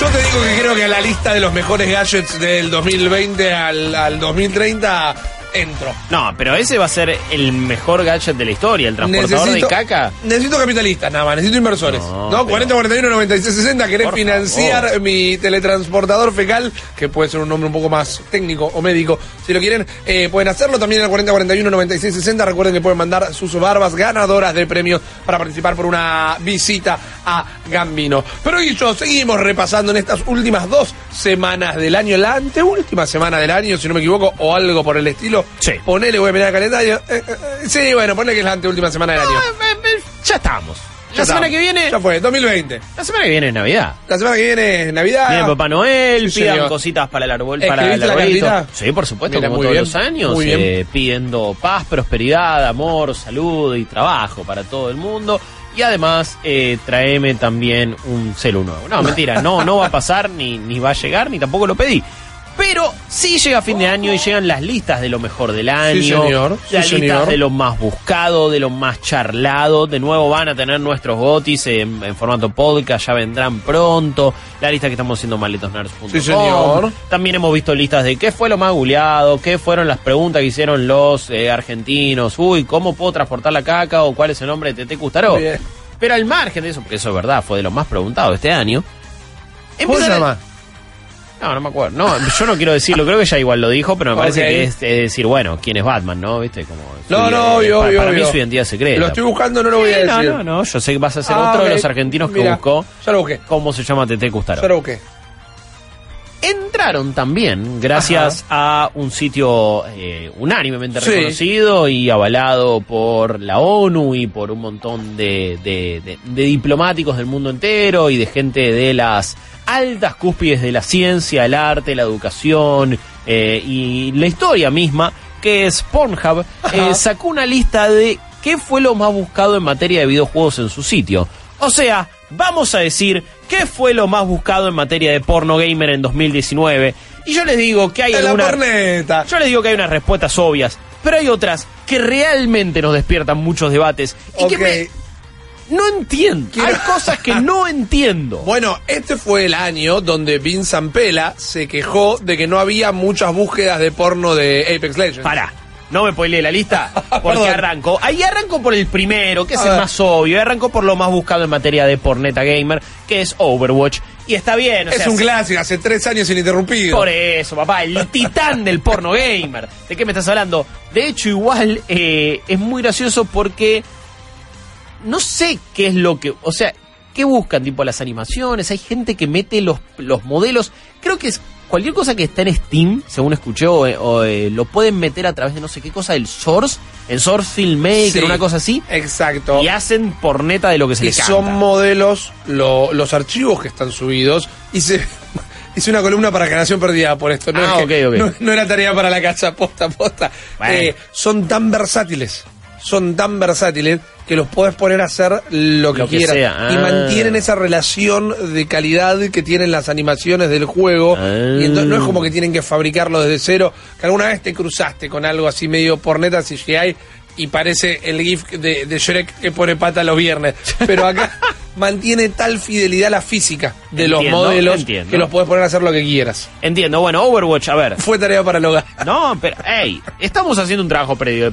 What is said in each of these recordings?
Yo te digo que creo que la lista de los mejores gadgets del 2020 al, al 2030 entro. No, pero ese va a ser el mejor gadget de la historia, el transportador Necesito- de caca. Necesito capitalistas nada más, necesito inversores. No, No, 40, 41, 96, 60, querés Por financiar favor. mi teletransportador fecal, que puede ser un nombre un poco más técnico o médico. Si lo quieren, eh, pueden hacerlo también al 40, 41, 96, 60. Recuerden que pueden mandar sus barbas ganadoras de premios para participar por una visita a Gambino. Pero Guillo, seguimos repasando en estas últimas dos semanas del año, la anteúltima semana del año, si no me equivoco, o algo por el estilo. Sí. Ponele, voy a mirar el calendario. Eh, eh, eh, sí, bueno, ponle que es la anteúltima semana del año. Ya estamos. Ya Ah, la semana está. que viene. Ya fue, 2020. La semana que viene es Navidad. La semana que viene es Navidad. Viene Papá Noel, Sí, pidan señor. cositas para el árbol, ¿Escribiste para el la arbolito. cantidad? Sí, por supuesto, Mira, como muy todos bien, los años, muy bien. eh, pidiendo paz, prosperidad, amor, salud y trabajo para todo el mundo. Y además, eh, traeme también un celu nuevo. No, mentira, no, no va a pasar, ni, ni va a llegar, ni tampoco lo pedí. Pero sí llega fin de año y llegan las listas de lo mejor del año, señor, sí, las señor. listas de lo más buscado, de lo más charlado. De nuevo van a tener nuestros gotis en, en formato podcast, ya vendrán pronto. La lista que estamos haciendo en maletosnerds.com. Sí, señor. También hemos visto listas de qué fue lo más googleado, qué fueron las preguntas que hicieron los eh, argentinos. Uy, ¿cómo puedo transportar la caca? O cuál es el nombre de Tete Custaró. Bien. Pero al margen de eso, porque eso es verdad, fue de lo más preguntado este año. ¿Cómo se empiezan a- llama? No, no me acuerdo. No, yo no quiero decirlo, creo que ya igual lo dijo, pero me parece Ok. que es, es decir, bueno, ¿quién es Batman, no? ¿Viste? Como su No, no, idea- obvio, pa- obvio, Para obvio. mí su identidad secreta. Lo estoy buscando, no lo voy a Sí, decir. Eh, no, no, no, yo sé que vas a ser Ah, otro ok. de los argentinos que Mirá, buscó Ya lo busqué. cómo se llama Tete Custaro. Ya lo busqué. entraron también gracias a un sitio eh, unánimemente Sí. reconocido y avalado por la ONU y por un montón de, de- de- de diplomáticos del mundo entero y de gente de las altas cúspides de la ciencia, el arte, la educación eh, y la historia misma, que es Pornhub, eh, sacó una lista de qué fue lo más buscado en materia de videojuegos en su sitio. O sea, vamos a decir qué fue lo más buscado en materia de porno gamer en 2019. Y yo les digo que hay En la alguna- corneta. yo les digo que hay unas respuestas obvias, pero hay otras que realmente nos despiertan muchos debates y Ok. que me- no entiendo. Hay cosas que no entiendo. Bueno, este fue el año donde Vincent Pela se quejó de que no había muchas búsquedas de porno de Apex Legends. Pará. No me spoilé la lista porque Perdón. arranco. Ahí arranco por el primero, que es A el ver. más obvio. y Arranco por lo más buscado en materia de porneta gamer, que es Overwatch. Y está bien, o es sea, un si- clásico, hace tres años ininterrumpido. Por eso, papá, el titán del porno gamer. ¿De qué me estás hablando? De hecho, igual eh, es muy gracioso porque no sé qué es lo que. O sea, ¿qué buscan? Tipo las animaciones. Hay gente que mete los, los modelos. Creo que es cualquier cosa que está en Steam, según escuché, o, eh, o, eh, lo pueden meter a través de no sé qué cosa, el Source, el Source Filmmaker, Sí, una cosa así. Exacto. Y hacen porneta de lo que se Y les son canta. modelos lo- los archivos que están subidos. Hice, hice una columna para generación perdida por esto. No, Ah, es que- ok, ok. no- no era tarea para la casa, posta, posta. Bueno. Eh, son tan versátiles, son tan versátiles que los podés poner a hacer lo que, Lo que quieras. sea, Y ah. mantienen esa relación de calidad que tienen las animaciones del juego. Ah. Y entonces no es como que tienen que fabricarlo desde cero. Que alguna vez te cruzaste con algo así medio porneta CGI y parece el GIF de, de Shrek que pone pata los viernes. Pero acá mantiene tal fidelidad la física de los Entiendo, modelos entiendo. que los puedes poner a hacer lo que quieras. Entiendo, bueno, Overwatch, a ver. Fue tarea para el hogar. No, pero, hey, estamos haciendo un trabajo period-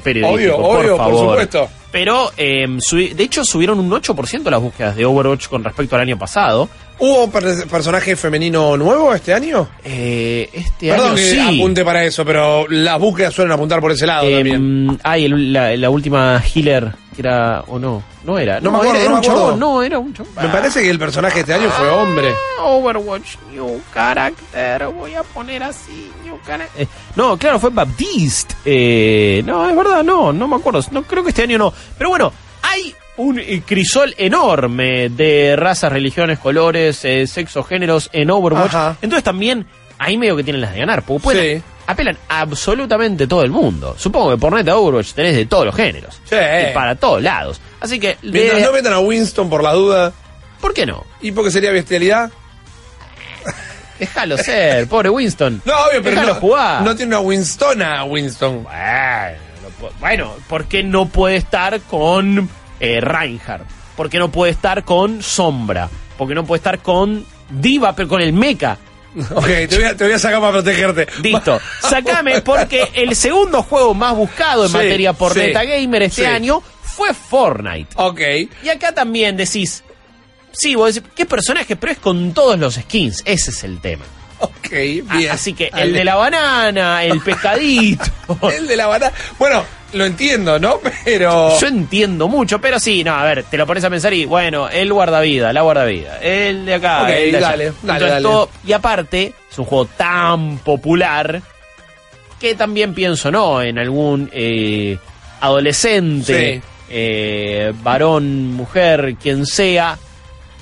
Obvio, periodístico. obvio, por favor. supuesto. Pero, eh, subi- de hecho, subieron un 8% las búsquedas de Overwatch con respecto al año pasado. ¿Hubo per- personaje femenino nuevo este año? Eh, este Perdón año que sí. apunte para eso, pero las búsquedas suelen apuntar por ese lado también. Eh, ay, el- la, la última healer que era, o no, no era. No me acuerdo, era, era no un me acuerdo. chabón, no, era un chabón. Me parece que el personaje este año fue hombre. Ah, Overwatch, new character, voy a poner así, new character. Eh, no, claro, fue Baptiste. Eh, no, es verdad, no, no me acuerdo. No, creo que este año no. Pero bueno, hay un eh, crisol enorme de razas, religiones, colores, eh, sexo, géneros en Overwatch. Ajá. Entonces también ahí medio que tienen las de ganar, porque pueden- Sí. apelan a absolutamente todo el mundo. Supongo que por neta Overwatch tenés de todos los géneros. Sí. Y para todos lados. Así que, Mientras de- no metan a Winston por la duda. ¿por qué no? ¿Y por qué sería bestialidad? Déjalo ser, pobre Winston. No, obvio, pero Déjalo no, jugar. no tiene una Winstona Winston. Bueno, no po- Bueno, ¿por qué no puede estar con eh, Reinhardt? ¿Por qué no puede estar con Sombra? ¿Por qué no puede estar con Diva, pero con el Mecha? Ok, te voy, a, te voy a sacar para protegerte. Listo, sacame porque el segundo juego más buscado en Sí, materia por sí, Metagamer este sí. año fue Fortnite. Ok. Y acá también decís, sí, vos decís, ¿qué personaje? Pero es con todos los skins, ese es el tema. Ok, A- bien. Así que el Ale- de la banana, el pescadito, El de la batalla. Bueno, lo entiendo, ¿no? Pero. Yo entiendo mucho, pero sí, no, a ver, te lo pones a pensar y bueno, el guardavida, la guardavida, el de acá, Ok, el de allá. dale, dale, Entonces, dale. y aparte, es un juego tan popular que también pienso, ¿no? En algún eh, adolescente, Sí. eh, varón, mujer, quien sea.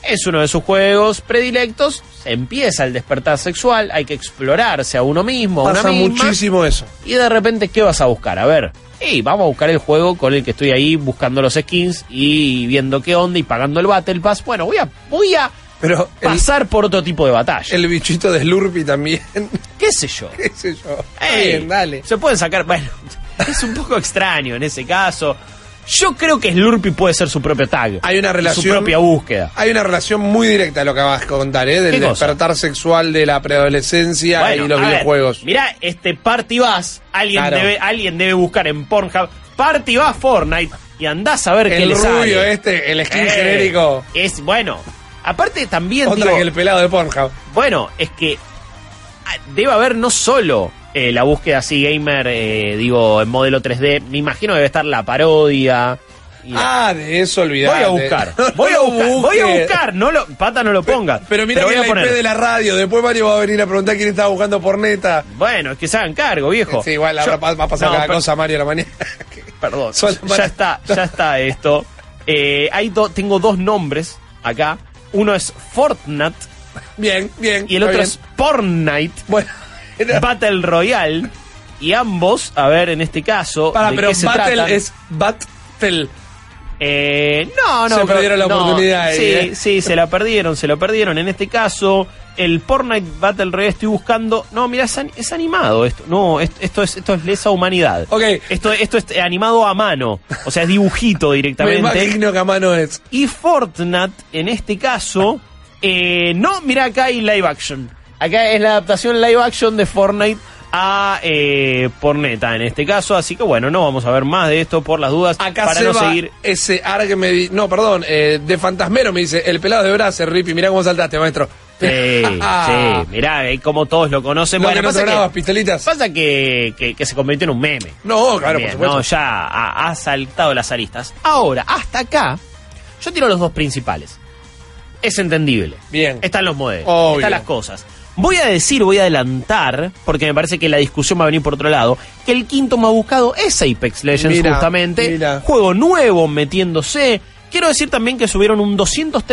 Es uno de sus juegos predilectos. Se empieza el despertar sexual. Hay que explorarse a uno mismo, a pasa una misma. muchísimo eso. Y de repente, ¿qué vas a buscar? A ver, hey, vamos a buscar el juego con el que estoy ahí buscando los skins y viendo qué onda y pagando el Battle Pass. Bueno, voy a, voy a Pero el, pasar por otro tipo de batalla. el bichito de Slurpee también. ¿Qué sé yo? ¿Qué sé yo? Está Ey, Bien, dale. Se pueden sacar. Bueno, es un poco extraño en ese caso. Yo creo que Slurpee puede ser su propio tag. Hay una y Su relación- propia búsqueda. Hay una relación muy directa de lo que acabas de contar, ¿eh? Del ¿Qué cosa? despertar sexual de la preadolescencia Bueno, y los a ver, videojuegos. mirá, este Party Bass, alguien, Claro. debe, alguien debe buscar en Pornhub Party Bass Fortnite y andás a ver qué el le sale. rubio este, el skin Eh, genérico. Es bueno. Aparte también Otra digo, que el pelado de Pornhub. bueno, es que ah, debe haber no solo eh, la búsqueda así gamer, eh, digo, en modelo 3D, me imagino debe estar la parodia. y la- Ah, de eso olvidate. voy a buscar, No voy a lo buscar, voy a busques. buscar, no lo, pata no lo ponga. Pero mira voy que a es la IP poner. de la radio. Después Mario va a venir a preguntar quién estaba buscando por neta. Bueno, es que se hagan cargo, viejo. Sí, igual Yo- ahora va a pasar No, cada per- cosa Mario a la mañana. Perdón, Solo ya para- está, ya está esto. Eh, hay do- tengo dos nombres acá. Uno es Fortnite bien, bien. y el está otro bien. es Pornite. Bueno, era- Battle Royale. Y ambos, a ver, en este caso. para, ¿de pero qué se Battle tratan? es Battle. Eh, no, Se no. pero- perdieron la no, oportunidad ahí, Sí, eh. sí, se la perdieron, se la perdieron. En este caso, el Fortnite Battle Royale estoy buscando. No, mira, es, an- es animado esto. No, es- esto, es, esto es lesa humanidad. Ok. Esto, esto es animado a mano. O sea, es dibujito Me directamente. imagino que a mano es. Y Fortnite, en este caso, eh, no, mira acá hay live action. Acá es la adaptación live action de Fortnite a eh, Porneta, en este caso. Así que bueno, no vamos a ver más de esto por las dudas. Acá para se no va seguir. ese ar que me di- No, perdón, eh, de Fantasmero me dice, el pelado de Bracer, Rippy, mirá cómo saltaste, maestro. Sí, sí, mirá, eh, como todos lo conocen. Lo bueno, que no pasa, sonabas, que, pistolitas. pasa que, que- que se convirtió en un meme. No, claro, Bien, por supuesto. No, ya ha, ha saltado las aristas. Ahora, hasta acá, yo tiro los dos principales. Es entendible. Bien. Están los modelos. Obvio. Están las cosas. Voy a decir, voy a adelantar, porque me parece que la discusión va a venir por otro lado, que el quinto más buscado es Apex Legends, Mira, justamente. mira. Juego nuevo metiéndose. Quiero decir también que subieron un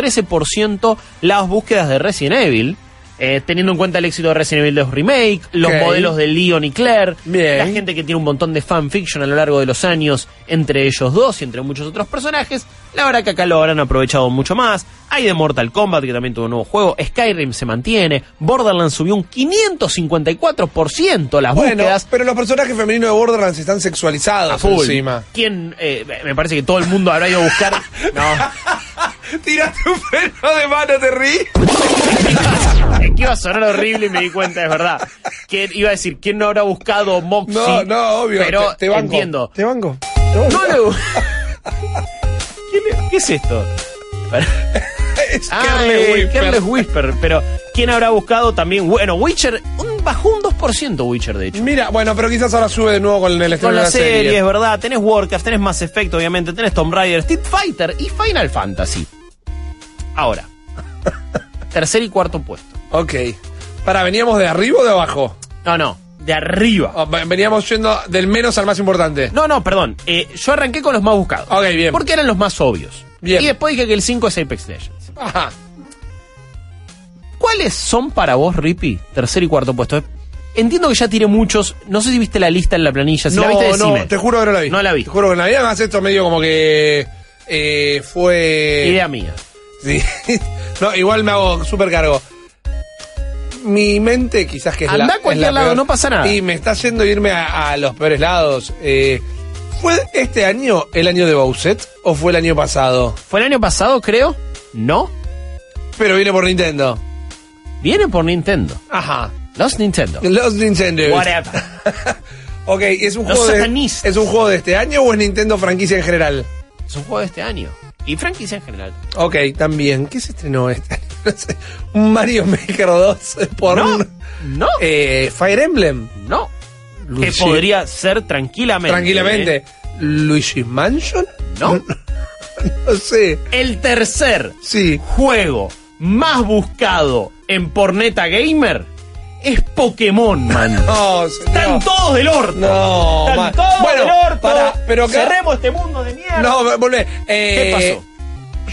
213% las búsquedas de Resident Evil. eh, teniendo en cuenta el éxito de Resident Evil 2 Remake, los Ok. modelos de Leon y Claire, Bien. la gente que tiene un montón de fanfiction a lo largo de los años entre ellos dos y entre muchos otros personajes. La verdad que acá lo habrán aprovechado mucho más. Hay de Mortal Kombat que también tuvo un nuevo juego. Skyrim se mantiene. Borderlands subió un 554% las Bueno, búsquedas. pero los personajes femeninos de Borderlands están sexualizados A full. encima. ¿Quién? eh, me parece que todo el mundo habrá ido a buscar. No. Tiraste un freno de mano, te rí. Es que iba a sonar horrible y me di cuenta, es verdad. Que iba a decir, ¿quién no habrá buscado Moxie? No, no, obvio. Pero te, te banco. entiendo. Te banco. No le- ¿Qué, le- qué es esto? Pará. Es Ah, Carly eh, Whipper. Careless Whisper. Pero, ¿quién habrá buscado también? Bueno, Witcher, un, bajó un 2% Witcher, de hecho. Mira, bueno, pero quizás ahora sube de nuevo con el estreno Con de la la serie. serie, es verdad. Tenés Warcraft, tenés Mass Effect, obviamente. Tenés Tomb Raider, Street Fighter y Final Fantasy. Ahora, tercer y cuarto puesto. Ok. Para, ¿veníamos de arriba o de abajo? No, no, de arriba. O Ah, ve- Veníamos yendo del menos al más importante. No, no, perdón. Eh, yo arranqué con los más buscados. Ok, bien. Porque eran los más obvios. Bien. Y después dije que el 5 es Apex Legends. Ajá. ¿Cuáles son para vos, Rippy, tercer y cuarto puesto? Entiendo que ya tiré muchos. No sé si viste la lista en la planilla. Si la viste, decime. no, te juro que no la vi. No la vi. Te juro que no la vi. Además, esto medio como que eh, fue. Idea mía. Sí. no, igual me hago súper cargo. Mi mente quizás que es Andá la a cualquier es la lado, peor. no pasa nada. Y me está yendo a irme a, a los peores lados. Eh, ¿Fue este año el año de Bowset o fue el año pasado? ¿Fue el año pasado, creo? No. Pero viene por Nintendo. Viene por Nintendo. Ajá. Los Nintendo. Los Nintendo. Whatever. Ok, ¿es un, Los juego de, satanistas. ¿es un juego de este año o es Nintendo franquicia en general? Es un juego de este año. Y franquicia en general. Ok, también. ¿Qué se estrenó este año? No sé. Un Mario Maker 2 por No. un- No. Eh, Fire Emblem. no. Que Luigi- podría ser tranquilamente. Tranquilamente. ¿eh? Luigi Mansion? No. No sé. El tercer Sí. juego más buscado en Porneta Gamer es Pokémon, man. No, señor. Están todos del orto. No, Están man. todos Bueno, del orto. pará, pero acá- Cerremos este mundo de mierda. No, volvé. ¿Qué Eh, pasó?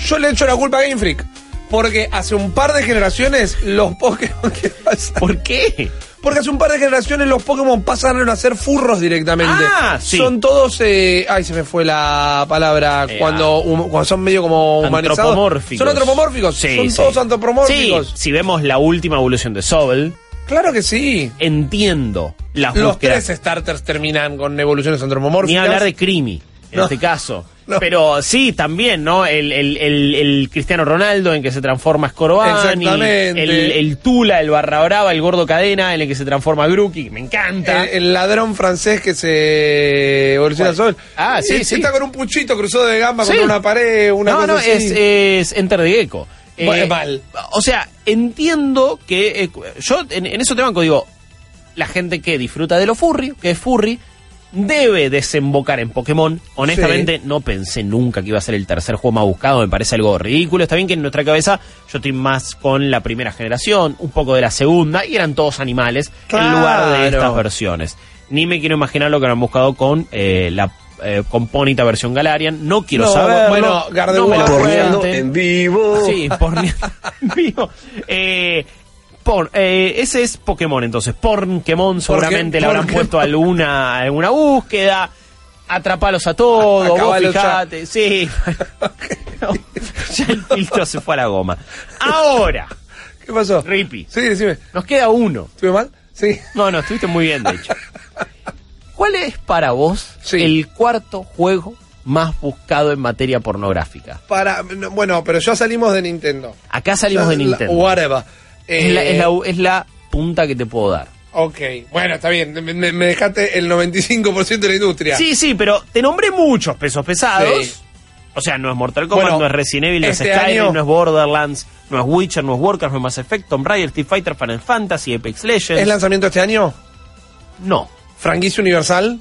Yo le echo la culpa a Game Freak. Porque hace un par de generaciones los Pokémon que pasan- ¿Por qué? Porque hace un par de generaciones los Pokémon pasaron a ser furros directamente. Ah, sí. Son todos. eh, ay, se me fue la palabra. Eh, cuando, hum- cuando son medio como humanizados. Antropomórficos. Son antropomórficos. Sí, son sí. todos antropomórficos. Sí, si vemos la última evolución de Sobel, Claro que sí. entiendo las Los búsquedas. tres starters terminan con evoluciones Ni antropomórficas. hablar de Crimi, en No. este caso. No. Pero sí, también, ¿no? El, el- el- el Cristiano Ronaldo en que se transforma Scorobani. Exactamente. El, el Tula, el Barra Brava, el Gordo Cadena, en el que se transforma Gruki. Me encanta. El, el ladrón francés que se evoluciona ¿Cuál? sol. Ah, sí, Y- y sí. Está con un puchito cruzado de gamba Sí. contra una pared, una no, cosa no, así. es, eh, es Enter the Gecko. Eh, Bueno, mal. O sea, entiendo que. eh, yo en, en eso te banco, digo. La gente que disfruta de lo furry, que es furry, debe desembocar en Pokémon. Honestamente, no pensé nunca que iba a ser el tercer juego más buscado. Me parece algo ridículo. Está bien que en nuestra cabeza yo estoy más con la primera generación, un poco de la segunda, y eran todos animales en lugar de Claro. estas versiones. Ni me quiero imaginar lo que han buscado con eh, la eh, compónita versión Galarian. No quiero No, saberlo. bueno, no me Gardevoir lo Porneando cuenten. vivo. Sí, porneando en vivo. Eh, por- eh, ese es Pokémon, entonces. Pornquemon seguramente le habrán Pornquemon. puesto alguna, alguna búsqueda. Atrapalos a todos, vos Acabalos ya. fijate. Sí. No, ya el filtro se fue a la goma. Ahora, ¿Qué pasó? Rippy, Sí, decime. nos queda uno. ¿Estuve mal? Sí. No, no, estuviste muy bien, de hecho. ¿Cuál es para vos Sí. el cuarto juego más buscado en materia pornográfica? Para, no, bueno, pero ya salimos de Nintendo. Acá salimos Ya de es la- Nintendo. whatever. es, la, Eh, es la- es la punta que te puedo dar. Ok, bueno, está bien. Me, me- me dejaste el 95% de la industria. Sí, sí, pero te nombré muchos pesos pesados. Sí. O sea, no es Mortal Kombat, Bueno, no es Resident Evil, no este es Skyrim, año- no es Borderlands, no es Witcher, no es Warcraft, no es Mass Effect, Tomb Raider, Street Fighter, Final Fantasy, Apex Legends. ¿Es lanzamiento este año? No. ¿Franquicia universal?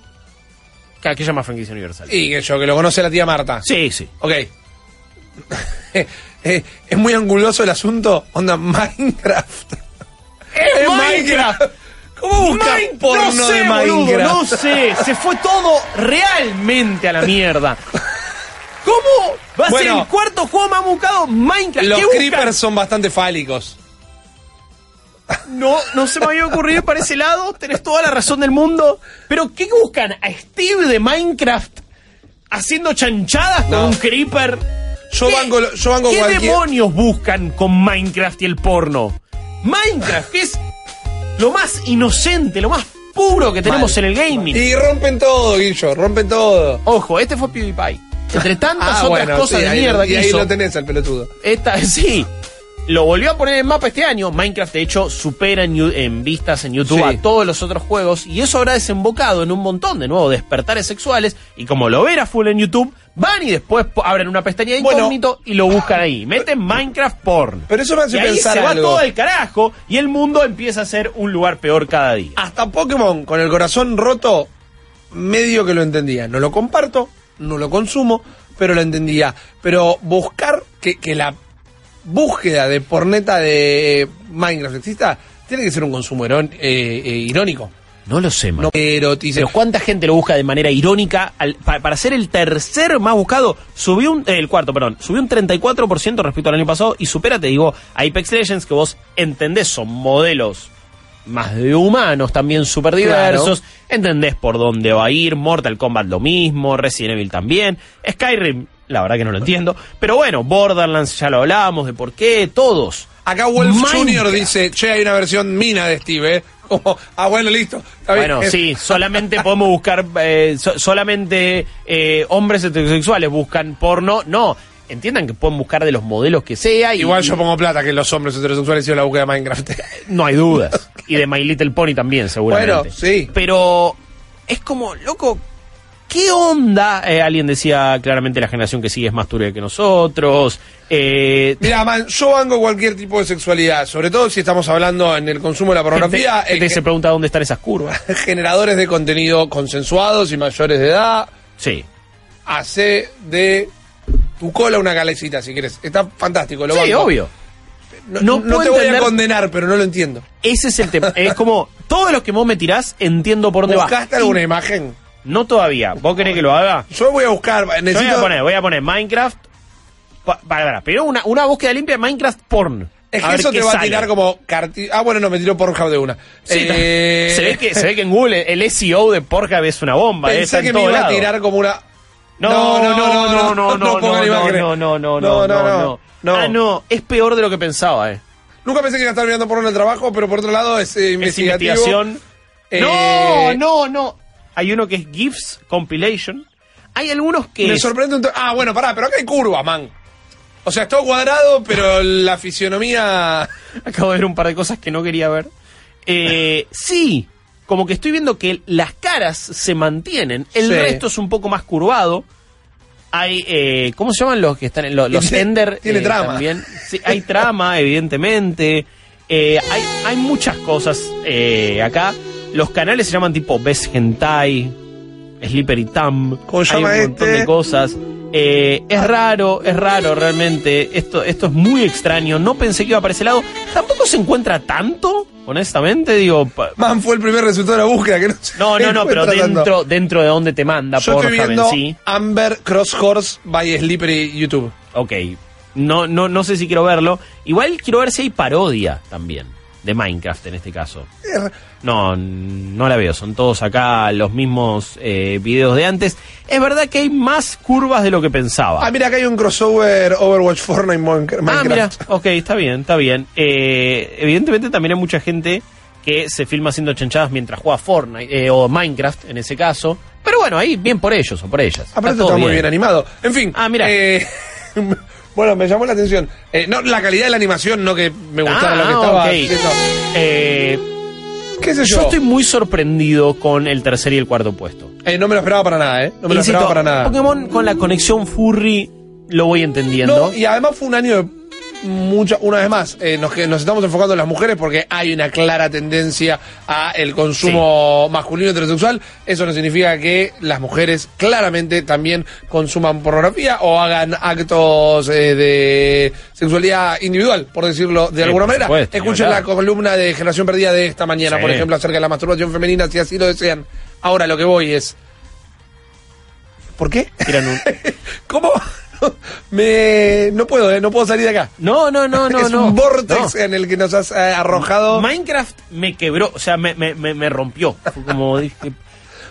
¿Qué llama franquicia universal? Y que yo, que lo conoce la tía Marta. Sí, sí. Ok. Eh, eh, es muy anguloso el asunto. Onda Minecraft. ¡Es Minecraft! ¿Cómo buscas Mine- porno no de sé, boludo, Minecraft? no sé, se fue todo realmente a la mierda. ¿Cómo va a ser Bueno. el cuarto juego más buscado Minecraft? Los ¿Qué buscan? creepers son bastante fálicos. No, no se me había ocurrido ir para ese lado, tenés toda la razón del mundo. Pero ¿qué buscan? ¿A Steve de Minecraft haciendo chanchadas con No. un creeper? Yo ¿Qué- banco, lo- yo banco ¿Qué cualquier. demonios buscan con Minecraft y el porno? Minecraft, que es lo más inocente, lo más puro que tenemos en el gaming. Y rompen todo, Guillo, rompen todo. Ojo, este fue PewDiePie. Entre tantas Ah, otras bueno, cosas sí, de ahí- mierda Y que ahí hizo, lo tenés al pelotudo. esta sí. Lo volvió a poner en mapa este año. Minecraft, de hecho, supera en, you- en vistas en YouTube Sí. a todos los otros juegos. Y eso habrá desembocado en un montón de nuevos despertares sexuales. Y como lo ven a full en YouTube, van y después po- abren una pestaña de Bueno. incógnito y lo buscan ahí. Meten Minecraft porn. Pero eso me hace y ahí pensar se va algo. todo al carajo y el mundo empieza a ser un lugar peor cada día. Hasta Pokémon, con el corazón roto, medio que lo entendía. No lo comparto, no lo consumo, pero lo entendía. Pero buscar que, que la búsqueda de porneta de Minecraft exista, tiene que ser un consumo herón- eh, eh, irónico. No lo sé, man. No, pero te dice, Pero cuánta gente lo busca de manera irónica al- pa- para ser el tercer más buscado, subió un, eh, el cuarto, perdón, subió un 34% respecto al año pasado y supera, te digo, a Apex Legends que vos entendés son modelos más de humanos también súper diversos, entendés por dónde va a ir, Mortal Kombat lo mismo, Resident Evil también, Skyrim, la verdad que no lo entiendo, pero bueno, Borderlands ya lo hablábamos de por qué, todos. acá Wolf Minecraft. Jr. dice, che, hay una versión mina de Steve, ¿eh? Como, ah, bueno, listo. está bien. Bueno, Es- sí, solamente podemos buscar, eh, so- solamente eh, hombres heterosexuales buscan porno. No, entiendan que pueden buscar de los modelos que sea. Y, Igual yo pongo plata que los hombres heterosexuales hicieron la búsqueda de Minecraft. No hay dudas. Y de My Little Pony también, seguramente. Bueno, sí. Pero es como, loco, ¿qué onda? Eh, alguien decía claramente la generación que sigue es más turbia que nosotros. Eh, Mira, man, yo banco cualquier tipo de sexualidad, sobre todo si estamos hablando en el consumo de la pornografía, gente- en gente se pregunta dónde están esas curvas. gen- generadores de contenido consensuados y mayores de edad, Sí. hace de tu cola una calecita si quieres. Está fantástico, lo Sí, banco. obvio. No, No no te puedo voy a entender- condenar, pero no lo entiendo. Ese es el tema. Es como, todos los que vos me tirás, entiendo por dónde vas. ¿Buscaste alguna imagen? No todavía. ¿Vos querés que lo haga? Yo voy a buscar, Yo voy necesito... a poner, voy a poner Minecraft. pa- Para, para, pero una, una búsqueda limpia de Minecraft porn. Es que ver eso te qué va a sale. tirar como... carti- Ah, bueno, no, me tiró Pornhub de una. Sí, Eh, se, ve que, se ve que en Google el SEO de Pornhub es una bomba. eh, está Pensé en que me todo iba a lado. tirar como una... No, no, no, no, no, no, no, pongan no, imágenes. no, no, no, no, no, no. Ah, no, es peor de lo que pensaba, eh. Nunca pensé que iba a estar mirando por en el trabajo, pero por otro lado es, eh, Es investigativo. investigación. Eh, No, no, no. Hay uno que es GIFs Compilation. Hay algunos que... Me es- sorprende un to- Ah, bueno, pará, pero acá hay curvas, man. O sea, es todo cuadrado, pero la fisionomía... Acabo de ver un par de cosas que no quería ver. Eh, sí, como que estoy viendo que las caras se mantienen, el Sí. resto es un poco más curvado. Hay, eh, ¿cómo se llaman los que están en lo- los Tiene- Ender? tiene eh, trama. también? Sí, hay trama, evidentemente. Eh, hay, hay muchas cosas eh, acá. Los canales se llaman tipo Best Hentai, Slippery Thumb, ¿Cómo hay un llama montón este? de cosas. Eh, es raro, es raro realmente. Esto, esto es muy extraño. No pensé que iba para ese lado. Tampoco se encuentra tanto, honestamente. Digo, pa- Man fue el primer resultado de la búsqueda, que no se no, no, no, pero encuentra tanto. dentro, dentro de dónde te manda Yo estoy Pornhub en viendo sí. Amber Cross Horse by Slippery YouTube. Ok. No, no, no sé si quiero verlo. Igual quiero ver si hay parodia también. De Minecraft en este caso. Eh, No, no la veo. Son todos acá los mismos eh, videos de antes. Es verdad que hay más curvas de lo que pensaba. Ah, mira, acá hay un crossover Overwatch Fortnite Minecraft. Ah, mira, ok, está bien, está bien. Eh, evidentemente también hay mucha gente que se filma haciendo chanchadas mientras juega Fortnite eh, o Minecraft en ese caso. Pero bueno, ahí bien por ellos o por ellas. Aparte está, todo muy bien animado. En fin. Ah, mirá. eh, bueno, me llamó la atención. Eh, no, la calidad de la animación, no que me gustara Ah, lo que estaba ok. haciendo. Eh, ¿Qué sé yo? yo estoy muy sorprendido con el tercer y el cuarto puesto. Eh, no me lo esperaba para nada, ¿eh? No me lo Insisto, esperaba para nada. Pokémon con la conexión furry lo voy entendiendo. No, y además fue un año de mucha una vez más eh, nos, que- nos estamos enfocando en las mujeres porque hay una clara tendencia a el consumo masculino heterosexual eso no significa que las mujeres claramente también consuman pornografía o hagan actos eh, de sexualidad individual por decirlo de Sí, alguna por manera supuesto, escuchen ni la hablar. columna de generación perdida de esta mañana Sí. por ejemplo acerca de la masturbación femenina si así lo desean ahora lo que voy es ¿por qué? Tiran un- ¿Cómo? Me, no puedo, eh, no puedo salir de acá. No, no, no, no. es no. un vortex No. en el que nos has eh, arrojado. Minecraft me quebró, o sea, me, me, me, me rompió. Fue Como dije.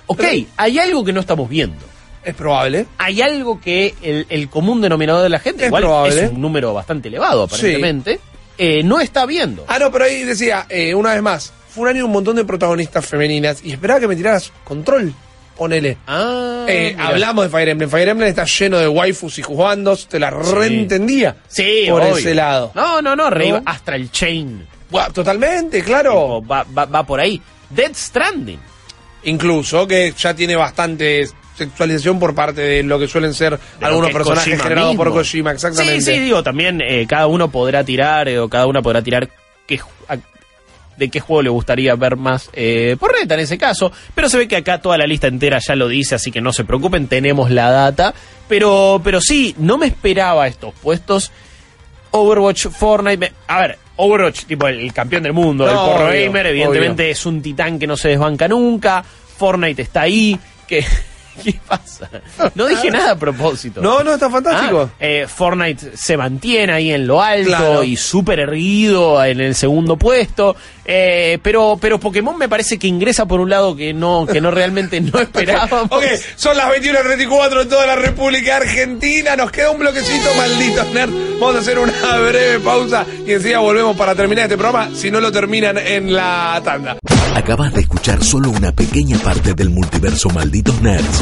Ok, hay algo que no estamos viendo. es probable. Hay algo que el, el común denominador de la gente, Es igual probable. es un número bastante elevado Sí. aparentemente, eh, no está viendo. Ah, no, pero ahí decía, eh, una vez más, fue un año de un montón de protagonistas femeninas y esperaba que me tiraras control, ponele. Ah, Eh, mira. hablamos de Fire Emblem. Fire Emblem está lleno de waifus y juzgandos. Te la reentendía. Sí, Por obvio. ese lado. No, no, no, re- ¿No? hasta el chain. Buah, totalmente, Tipo, claro. Va, va, va por ahí. Dead Stranding. Incluso que ya tiene bastante sexualización por parte de lo que suelen ser de algunos lo que es personajes Kojima generados por mismo. Kojima, exactamente. Sí, sí, digo, también eh, cada uno podrá tirar eh, o cada una podrá tirar qué ju- a- de qué juego le gustaría ver más eh, por reta en ese caso. Pero se ve que acá toda la lista entera ya lo dice, así que no se preocupen, tenemos la data. Pero, pero sí, no me esperaba estos puestos. Overwatch, Fortnite. me- a ver, Overwatch, tipo el, el campeón del mundo, No, el porro obvio, gamer, evidentemente obvio. es un titán que no se desbanca nunca. Fortnite está ahí. ¿Qué, qué pasa? No dije nada a propósito. No, no, está fantástico. Ah, eh, Fortnite se mantiene ahí en lo alto Claro. y súper erguido en el segundo puesto. Eh, pero, pero Pokémon me parece que ingresa por un lado que no, que no realmente no esperábamos. Ok, son las 21.34 en toda la República Argentina. Nos queda un bloquecito, malditos nerd. Vamos a hacer una breve pausa y enseguida volvemos para terminar este programa. Si no lo terminan en la tanda. Acabas de escuchar solo una pequeña parte del multiverso Malditos Nerds.